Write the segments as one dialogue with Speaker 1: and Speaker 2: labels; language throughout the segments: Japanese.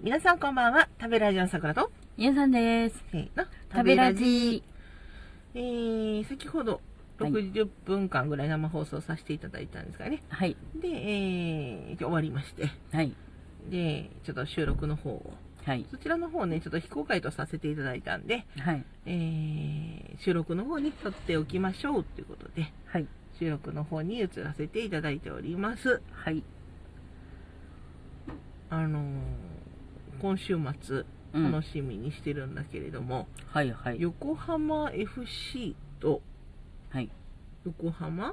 Speaker 1: 皆さんこんばんは。食べラジオの桜と、
Speaker 2: 皆さんです。
Speaker 1: せーの、
Speaker 2: 食べラ。ジ
Speaker 1: えー、先ほど
Speaker 2: はい
Speaker 1: 60分間ぐらい生放送させていただいたんですがね。
Speaker 2: はい。
Speaker 1: で、えー、終わりまして、
Speaker 2: はい。
Speaker 1: で、ちょっと収録の方を、
Speaker 2: はい。
Speaker 1: そちらの方をね、ちょっと非公開とさせていただいたんで、
Speaker 2: はい。
Speaker 1: えー、収録の方に撮っておきましょうということで、
Speaker 2: はい。
Speaker 1: 収録の方に移らせていただいております。
Speaker 2: はい。
Speaker 1: あのー今週末、
Speaker 2: うん
Speaker 1: 楽しみにしてるんだけれども、
Speaker 2: はい。はい。
Speaker 1: 横浜 FC と
Speaker 2: はい。
Speaker 1: 横浜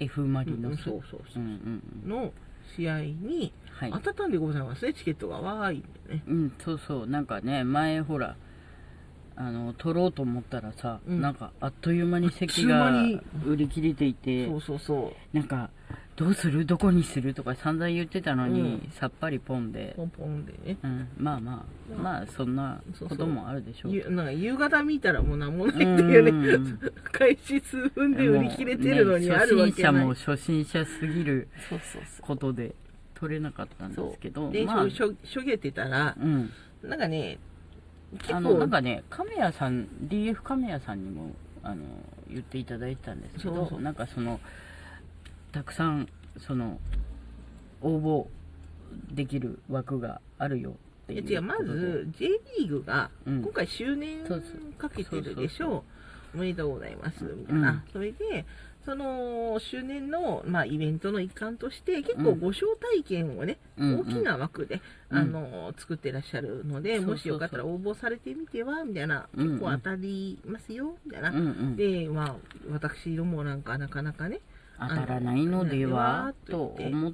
Speaker 2: F マ
Speaker 1: う
Speaker 2: リノ
Speaker 1: ん
Speaker 2: ス。
Speaker 1: そうそう
Speaker 2: う
Speaker 1: そ
Speaker 2: んう
Speaker 1: うん
Speaker 2: うん。
Speaker 1: の試合に
Speaker 2: はい
Speaker 1: 当。たったんでございますね、チケットがわーいんでね。
Speaker 2: うん、そうそう。なんかね、前ほら、あの、取ろうと思ったらさ、
Speaker 1: うん
Speaker 2: なんかあっという間に席
Speaker 1: あっ
Speaker 2: が
Speaker 1: という
Speaker 2: 売り切れていて
Speaker 1: そ、うそうそ
Speaker 2: なんか、どうするどこにするとか散々言ってたのに、
Speaker 1: うん
Speaker 2: さっぱりポンで
Speaker 1: う、。ポンポンでね。
Speaker 2: うん、まあまあ、まあそんなこともあるでしょうけど
Speaker 1: ゆなんか夕方見たらもう何もないっていう
Speaker 2: う
Speaker 1: ね
Speaker 2: ん、
Speaker 1: 開始数分で売り切れてるのにあるわけない。
Speaker 2: もうね初心者も初心者すぎる
Speaker 1: そうそうそう。
Speaker 2: ことで取れなかったんですけど
Speaker 1: で、
Speaker 2: まあ
Speaker 1: しょしょげてたら、
Speaker 2: うん、
Speaker 1: なんかね、結
Speaker 2: あのな
Speaker 1: 構、
Speaker 2: んかね亀谷さん DF 亀谷さんにもあの言っていただいてたんですけど
Speaker 1: そう
Speaker 2: なんかそのたくさんその応募できる枠があるよって
Speaker 1: い
Speaker 2: い
Speaker 1: や
Speaker 2: う
Speaker 1: 違うま
Speaker 2: ことで
Speaker 1: ず J リーグが
Speaker 2: うん
Speaker 1: 今回周年
Speaker 2: そうそう
Speaker 1: かけてるでしょう
Speaker 2: そ
Speaker 1: おめでとうございますみたいな、それでその周年の、まあ、イベントの一環として結構
Speaker 2: うん
Speaker 1: ご招待券をね、
Speaker 2: うんうん
Speaker 1: 大きな枠で、
Speaker 2: うん
Speaker 1: あの作ってらっしゃるので、
Speaker 2: そうそうそ
Speaker 1: も
Speaker 2: う
Speaker 1: しよかったら応募されてみてはみたいな、
Speaker 2: うんうん
Speaker 1: 結構当たりますよみたいな、
Speaker 2: うんうん
Speaker 1: でまあ私どもなんかなかなかね
Speaker 2: 当たらないので
Speaker 1: あ
Speaker 2: は
Speaker 1: の
Speaker 2: と思っ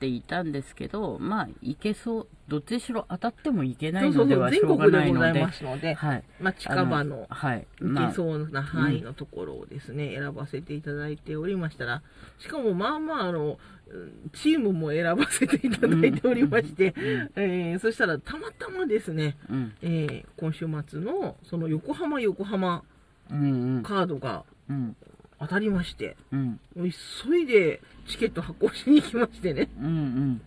Speaker 2: ていたんですけどまあいけそうどっちにしろ当たってもいけない
Speaker 1: そ
Speaker 2: の
Speaker 1: う
Speaker 2: で
Speaker 1: そうそ
Speaker 2: はしょ
Speaker 1: う
Speaker 2: うが
Speaker 1: 全国でござ
Speaker 2: ないの
Speaker 1: い
Speaker 2: で
Speaker 1: ますので、
Speaker 2: はい
Speaker 1: まあ、近場の
Speaker 2: はい
Speaker 1: 行け
Speaker 2: う
Speaker 1: そうな範囲のところをですね、選ばせていただいておりましたらしかもまあまああのうんチームも選ばせていただいておりまして、えーそしたらたまたまですね、
Speaker 2: うん
Speaker 1: えー今週末のその横浜横浜
Speaker 2: うん
Speaker 1: カードが
Speaker 2: うん
Speaker 1: 当たりまして
Speaker 2: うん
Speaker 1: もう急いでチケット発行しに行きましてね、
Speaker 2: うんうん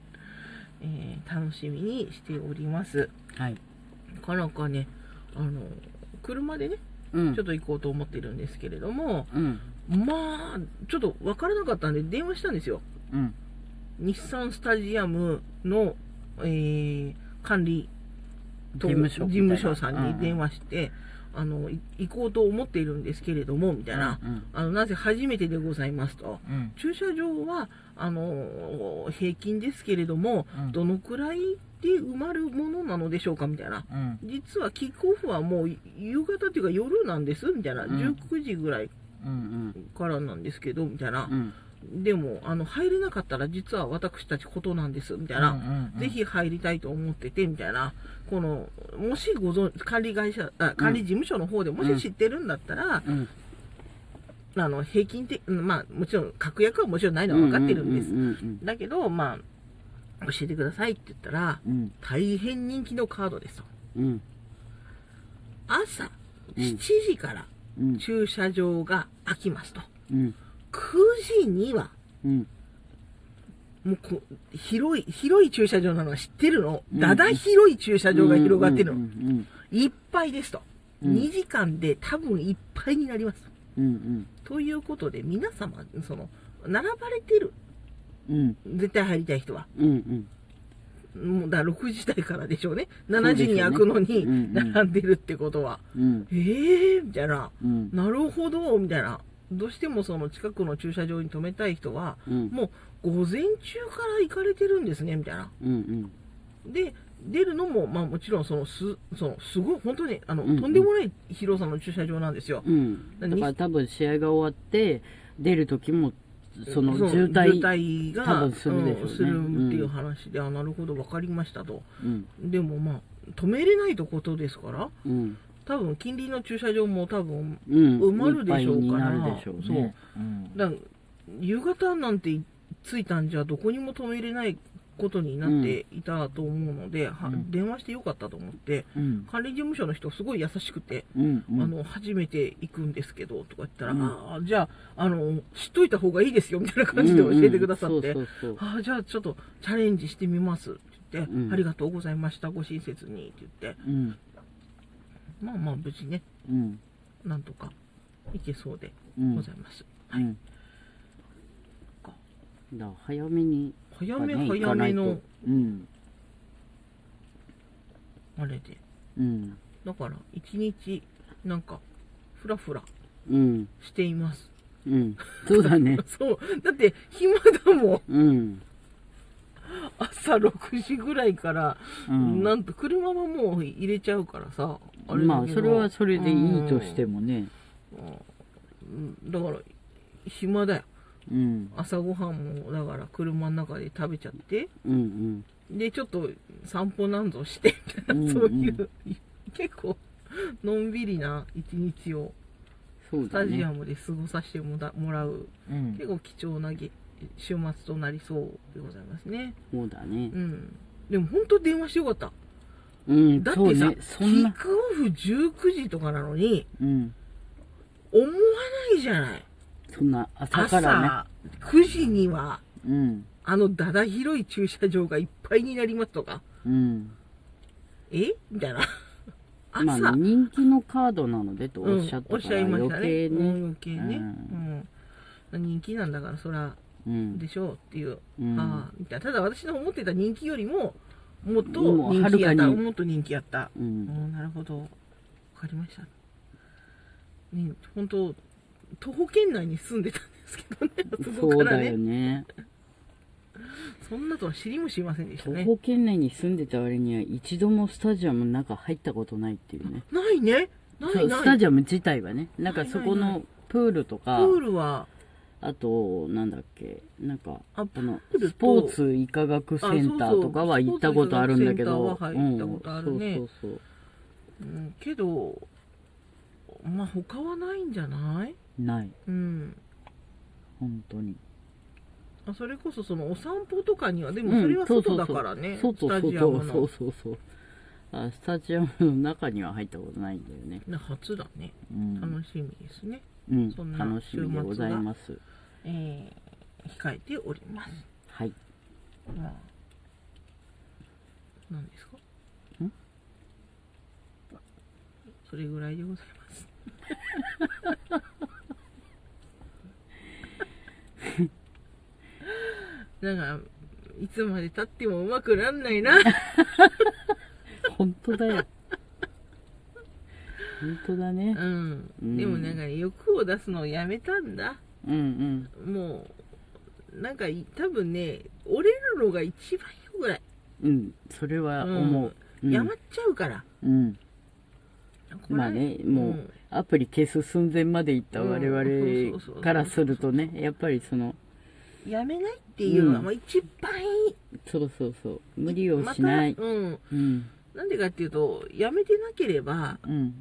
Speaker 1: えー楽しみにしております
Speaker 2: はい
Speaker 1: なかなかねあの車でね
Speaker 2: うん
Speaker 1: ちょっと行こうと思ってるんですけれども、
Speaker 2: うん
Speaker 1: まあちょっと分からなかったんで電話したんですよ
Speaker 2: うん
Speaker 1: 日産スタジアムの、えー管理と
Speaker 2: 事務所
Speaker 1: 事務所さんに電話して、あのい行こうと思っているんですけれどもみたいな、
Speaker 2: うん
Speaker 1: あのなぜ初めてでございますと
Speaker 2: うん
Speaker 1: 駐車場はあの平均ですけれども、
Speaker 2: うん
Speaker 1: どのくらいで埋まるものなのでしょうかみたいな
Speaker 2: うん
Speaker 1: 実はキックオフはもう夕方っていうか夜なんですみたいな、
Speaker 2: うん
Speaker 1: 19時ぐらい
Speaker 2: うん
Speaker 1: からなんですけどみたいな、
Speaker 2: うん
Speaker 1: でも、あの、入れなかったら実は私たちことなんです、みたいな。ぜひ入りたいと思ってて、みたいな。この、もしご存、管理会社、あ管理事務所の方でも
Speaker 2: うん
Speaker 1: し知ってるんだったら、
Speaker 2: うん
Speaker 1: あの、平均的、まあ、もちろん、確約はもちろんないのは分かってるんです。
Speaker 2: うんうん
Speaker 1: だけど、まあ、教えてくださいって言ったら、
Speaker 2: うん
Speaker 1: 大変人気のカードですと。
Speaker 2: うん
Speaker 1: 朝、
Speaker 2: うん
Speaker 1: 7時から
Speaker 2: うん
Speaker 1: 駐車場が空きますと。
Speaker 2: うん
Speaker 1: 9時には、
Speaker 2: うん
Speaker 1: もうこう広い、広い駐車場なのは知ってるの。だだ広い駐車場が広がってる
Speaker 2: う
Speaker 1: の。
Speaker 2: ん
Speaker 1: いっぱいですと。
Speaker 2: うん
Speaker 1: 2時間で多分いっぱいになります。
Speaker 2: うん
Speaker 1: ということで、皆様、その、並ばれてる。
Speaker 2: うんうん
Speaker 1: 絶対入りたい人は。
Speaker 2: うんうん
Speaker 1: もうだから6時台からでしょうね。
Speaker 2: そう
Speaker 1: 7時
Speaker 2: でしょう
Speaker 1: に
Speaker 2: ね
Speaker 1: 開くのに
Speaker 2: うんうん
Speaker 1: 並んでるってことは。
Speaker 2: うん
Speaker 1: えー、みたいな。
Speaker 2: うん
Speaker 1: なるほど、みたいな。どうしてもその近くの駐車場に止めたい人は、
Speaker 2: うん
Speaker 1: もう午前中から行かれてるんですね、みたいな。
Speaker 2: うん
Speaker 1: で出るのも、まあ、もちろんそのすそのすごい本当にあの、
Speaker 2: うんうん
Speaker 1: とんでもない広さの駐車場なんですよ、
Speaker 2: うん、だから多分試合が終わって出る時もその渋滞
Speaker 1: が
Speaker 2: 多分するでしょうね
Speaker 1: んするっていう話で、あなるほど分かりましたと
Speaker 2: うん
Speaker 1: でもまあ止めれないとことですから
Speaker 2: うん
Speaker 1: 多分近隣の駐車場も多分
Speaker 2: うん
Speaker 1: 埋まるでしょう
Speaker 2: いっぱいに
Speaker 1: から
Speaker 2: なるでしょうね
Speaker 1: だ夕方なんて着いたんじゃどこにも止めれないことになっていたと思うので、は
Speaker 2: うん
Speaker 1: 電話してよかったと思って
Speaker 2: うん
Speaker 1: 管理事務所の人すごい優しくて、
Speaker 2: うんうん
Speaker 1: あの初めて行くんですけどとか言ったら、
Speaker 2: うん
Speaker 1: ああじゃああの知っといた方がいいですよみたいな感じで教えてくださって、
Speaker 2: うんうんそうそうそう
Speaker 1: ああじゃあちょっとチャレンジしてみますって言って、
Speaker 2: うん
Speaker 1: ありがとうございましたご親切にって言って
Speaker 2: うん
Speaker 1: まあまあ無事ね
Speaker 2: うん
Speaker 1: なんとか行けそうで
Speaker 2: うん
Speaker 1: ございます、
Speaker 2: う
Speaker 1: はい
Speaker 2: んだから早めに
Speaker 1: 早め
Speaker 2: やっぱ
Speaker 1: 早め
Speaker 2: ね行
Speaker 1: の
Speaker 2: かないとうん
Speaker 1: あれで
Speaker 2: うん
Speaker 1: だから一日なんかフラフラ
Speaker 2: うん
Speaker 1: しています
Speaker 2: うんそうだね
Speaker 1: そうだって暇だもん
Speaker 2: うん
Speaker 1: 朝6時ぐらいから、
Speaker 2: うん
Speaker 1: なんと車はもう入れちゃうからさあれだけど
Speaker 2: まあそれはそれでいいとしてもね
Speaker 1: うんうんだから暇だよ
Speaker 2: うん
Speaker 1: 朝ごはんもだから車の中で食べちゃって
Speaker 2: うん
Speaker 1: でちょっと散歩なんぞしてみたいな、
Speaker 2: うんうん
Speaker 1: そういう結構のんびりな一日を
Speaker 2: そう
Speaker 1: ス
Speaker 2: だ
Speaker 1: タジア
Speaker 2: ね
Speaker 1: ムで過ごさせてもだもらう
Speaker 2: うん
Speaker 1: 結構貴重なげ週末となりそうでございますね
Speaker 2: そうだね
Speaker 1: うんでも本当電話してよかった
Speaker 2: うん
Speaker 1: だっ
Speaker 2: そう
Speaker 1: てさ、
Speaker 2: ねそ
Speaker 1: キ
Speaker 2: ん
Speaker 1: ッ
Speaker 2: な
Speaker 1: クオフ19時とかなのに
Speaker 2: うん
Speaker 1: 思わないじゃない
Speaker 2: そんな朝から
Speaker 1: 朝9時には
Speaker 2: ねうん
Speaker 1: あのだだ広い駐車場がいっぱいになりますとか
Speaker 2: うん
Speaker 1: えみたいな朝、
Speaker 2: まあ人気のカードなのでとおっしゃっ
Speaker 1: うんお
Speaker 2: た
Speaker 1: っ
Speaker 2: か
Speaker 1: しゃ
Speaker 2: ら
Speaker 1: いまし
Speaker 2: 余
Speaker 1: たね
Speaker 2: 計
Speaker 1: うん
Speaker 2: ね
Speaker 1: 余計ね、
Speaker 2: う
Speaker 1: うん人気なんだからそら
Speaker 2: うん
Speaker 1: でしょうっていう、
Speaker 2: うん
Speaker 1: ああみたいなただ私の思ってた人気よりももっと
Speaker 2: もう
Speaker 1: 人気やっ
Speaker 2: は
Speaker 1: た
Speaker 2: るかに
Speaker 1: もっと人気やった、
Speaker 2: う
Speaker 1: うんんなるほどわかりましたね本当徒歩圏内に住んでたんですけどねそ
Speaker 2: そ
Speaker 1: こ
Speaker 2: う
Speaker 1: から
Speaker 2: だよ
Speaker 1: ね
Speaker 2: ね
Speaker 1: そんなとは知りもしませんでした
Speaker 2: 徒
Speaker 1: ね
Speaker 2: 歩圏内に住んでた割には一度もスタジアムの中入ったことないっていうね
Speaker 1: ないねな
Speaker 2: そ
Speaker 1: いうない
Speaker 2: スタジアム自体はねなん
Speaker 1: な
Speaker 2: か
Speaker 1: い
Speaker 2: そこ
Speaker 1: ないな
Speaker 2: のプールとか
Speaker 1: プールは
Speaker 2: あとなんだっけなんか
Speaker 1: あ
Speaker 2: あの
Speaker 1: プールと
Speaker 2: スポーツ医科学センターとかは
Speaker 1: あそうそう
Speaker 2: 行ったことあるんだけど
Speaker 1: スポーツ医科学センターははい行ったことあるね
Speaker 2: うんそうそう
Speaker 1: うんけどまあ他はないんじゃない
Speaker 2: そうない
Speaker 1: うん
Speaker 2: 本当に
Speaker 1: あそれこそそのお散歩とかにはでもそれは外だからね、
Speaker 2: そうそう
Speaker 1: スタ
Speaker 2: そうそう
Speaker 1: ジアム
Speaker 2: そう
Speaker 1: の
Speaker 2: そうそうあスタジアムの中には入ったことないんだよね
Speaker 1: ね初だね
Speaker 2: うん、
Speaker 1: 楽しみですね、
Speaker 2: うん
Speaker 1: そんな
Speaker 2: 楽しみでございます
Speaker 1: えー控えております
Speaker 2: はい
Speaker 1: まあ何ですか
Speaker 2: ん
Speaker 1: それぐらいでございま すなんかいつまで経ってもうまくなんないな
Speaker 2: 本当だよ本当だね
Speaker 1: うん
Speaker 2: うん
Speaker 1: でもなんかね欲を出すのをやめたんだ
Speaker 2: うん
Speaker 1: もうなんかい多分ね折れるのが一番よぐらい、
Speaker 2: うんうんそれは思う、うん
Speaker 1: やまっちゃうから
Speaker 2: うんまあ
Speaker 1: これ
Speaker 2: ねもう、
Speaker 1: ん
Speaker 2: アプリ消す寸前まで行った
Speaker 1: うん
Speaker 2: 我
Speaker 1: そうそうそうそ
Speaker 2: 々
Speaker 1: う
Speaker 2: からするとねやっぱりその
Speaker 1: やめないっていうのは
Speaker 2: うん
Speaker 1: もう一番いい、
Speaker 2: そうそうそう無理をしない、
Speaker 1: またうん
Speaker 2: うん
Speaker 1: なんでかっていうとやめてなければ
Speaker 2: うん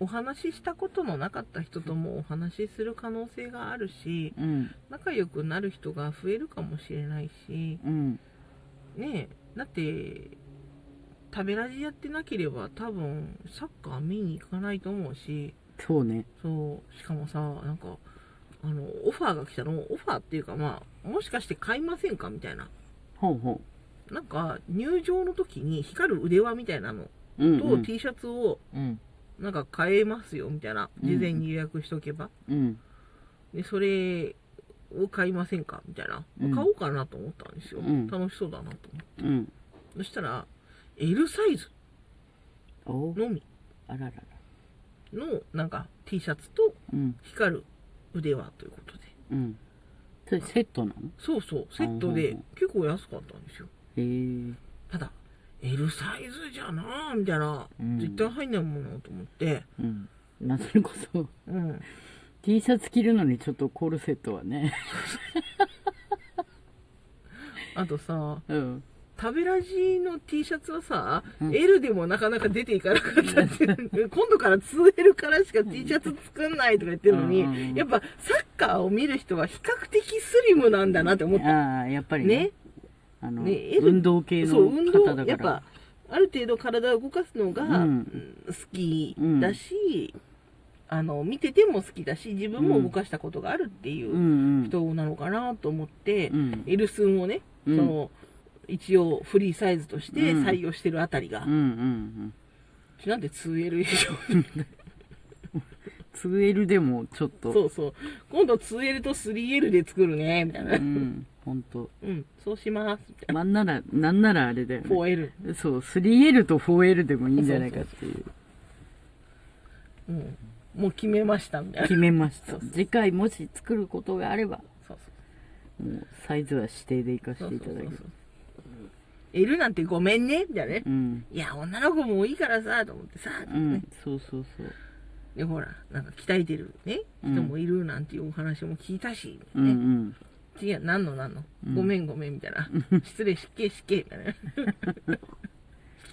Speaker 1: お話ししたことのなかった人ともお話しする可能性があるし
Speaker 2: うん
Speaker 1: 仲良くなる人が増えるかもしれないし
Speaker 2: うん
Speaker 1: ねえだって食べラジやってなければ多分サッカー見に行かないと思うし
Speaker 2: そうね
Speaker 1: そうしかもさなんかあのオファーが来たのオファーっていうかまあもしかして買いませんかみたいな
Speaker 2: ほうほ
Speaker 1: なんか入場の時に光る腕輪みたいなの
Speaker 2: ううんう
Speaker 1: と
Speaker 2: ん
Speaker 1: T シャツを
Speaker 2: うん
Speaker 1: なんか買えますよみたいな
Speaker 2: うん
Speaker 1: 事前に予約しとけば、
Speaker 2: うん
Speaker 1: でそれを買いませんかみたいな、
Speaker 2: うん
Speaker 1: 買おうかなと思ったんですよ、
Speaker 2: うん
Speaker 1: 楽しそうだなと思って
Speaker 2: うん
Speaker 1: そしたら L サイズ
Speaker 2: お
Speaker 1: のみ
Speaker 2: あららら
Speaker 1: のなんか T シャツと
Speaker 2: うん
Speaker 1: 光る腕輪ということで
Speaker 2: うんそれセットなの
Speaker 1: そうそうセット
Speaker 2: うん
Speaker 1: で
Speaker 2: うん
Speaker 1: 結構安かったんですよ
Speaker 2: へえ
Speaker 1: ただ L サイズじゃなあみたいな、
Speaker 2: うん
Speaker 1: 絶対入んないものと思って
Speaker 2: うんまあそれこそ
Speaker 1: うん、
Speaker 2: T シャツ着るのにちょっとコルセットはね
Speaker 1: あとさ
Speaker 2: うん
Speaker 1: 食べラジの T シャツはさ、
Speaker 2: うん
Speaker 1: L でもなかなか出ていかなかったって 今度から 2L からしか T シャツ作んないとか言ってるの
Speaker 2: うんうんうん
Speaker 1: に、やっぱサッカーを見る人は比較的スリムなんだなって思った。
Speaker 2: ああやっぱり
Speaker 1: ね。
Speaker 2: ああの、
Speaker 1: ね絵で
Speaker 2: 運動系の
Speaker 1: そう運動
Speaker 2: 方だから
Speaker 1: やっぱある程度体を動かすのが
Speaker 2: う
Speaker 1: うん
Speaker 2: ん
Speaker 1: 好きだし、あの見てても好きだし自分も動かしたことがあるって
Speaker 2: う
Speaker 1: いうん
Speaker 2: うん
Speaker 1: 人なのかなと思って
Speaker 2: う、ん
Speaker 1: L スンをね、
Speaker 2: うん
Speaker 1: その一応フリーサイズとして
Speaker 2: うん
Speaker 1: 採用してるあたりが、
Speaker 2: うんうんうん
Speaker 1: なんで 2L 以上
Speaker 2: 2L でもちょっと
Speaker 1: そうそう今度 2L と 3L で作るねみたいな、
Speaker 2: ん本当
Speaker 1: うん、そうしますみたい
Speaker 2: なんならなんならあれだよ、
Speaker 1: な 4L
Speaker 2: ね、そう 3L と 4L でもいいんじゃないかっていう
Speaker 1: うん、もう決めましたみたいな
Speaker 2: 決めました
Speaker 1: そうそう
Speaker 2: 次回もし作ることがあれば
Speaker 1: そうそう
Speaker 2: もうサイズは指定でいか
Speaker 1: そ
Speaker 2: せ
Speaker 1: う
Speaker 2: て
Speaker 1: そ
Speaker 2: いうた
Speaker 1: そう
Speaker 2: だ
Speaker 1: そ
Speaker 2: け
Speaker 1: う
Speaker 2: る
Speaker 1: いるなんてごめんねみたいなね、
Speaker 2: うん
Speaker 1: いや女の子もいいからさと思ってさ、
Speaker 2: うんそうそうそう
Speaker 1: でほらなんか鍛えてるね
Speaker 2: うん
Speaker 1: 人もいるなんていうお話も聞いたし、
Speaker 2: うんう
Speaker 1: ね
Speaker 2: ん
Speaker 1: 次は何の何の、
Speaker 2: うん
Speaker 1: ごめんごめんみたいな失礼失敬失敬みたいな失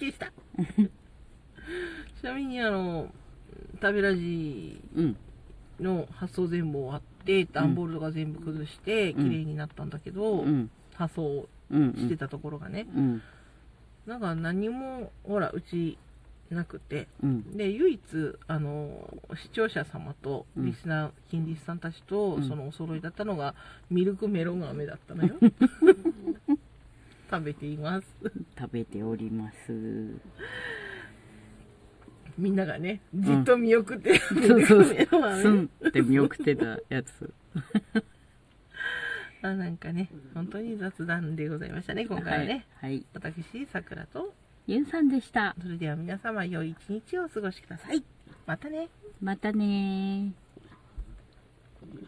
Speaker 1: 敬したちなみにあの食べラジ
Speaker 2: うん
Speaker 1: の発送全部終わって段ボールとか全部崩して、
Speaker 2: うん
Speaker 1: 綺麗になったんだけど、
Speaker 2: うん
Speaker 1: 発送
Speaker 2: うんうん
Speaker 1: してたところがね、
Speaker 2: うん
Speaker 1: なんか何もほらうちなくて
Speaker 2: うん
Speaker 1: で唯一あの視聴者様と
Speaker 2: うん
Speaker 1: リスナー、金リスさんたちと、
Speaker 2: うん
Speaker 1: そのお揃いだったのがミルクメロン飴だったのよ食べています
Speaker 2: 食べております
Speaker 1: みんながねじっと見送って、
Speaker 2: そうそうそう
Speaker 1: ミルクメロン飴
Speaker 2: すんって見送ってたや つ
Speaker 1: あなんかね本当に雑談でございましたね今回はね、
Speaker 2: はい、はい、
Speaker 1: 私さくらと
Speaker 2: ゆんさんでした
Speaker 1: それでは皆様良い一日をお過ごしくださいまたね
Speaker 2: またねー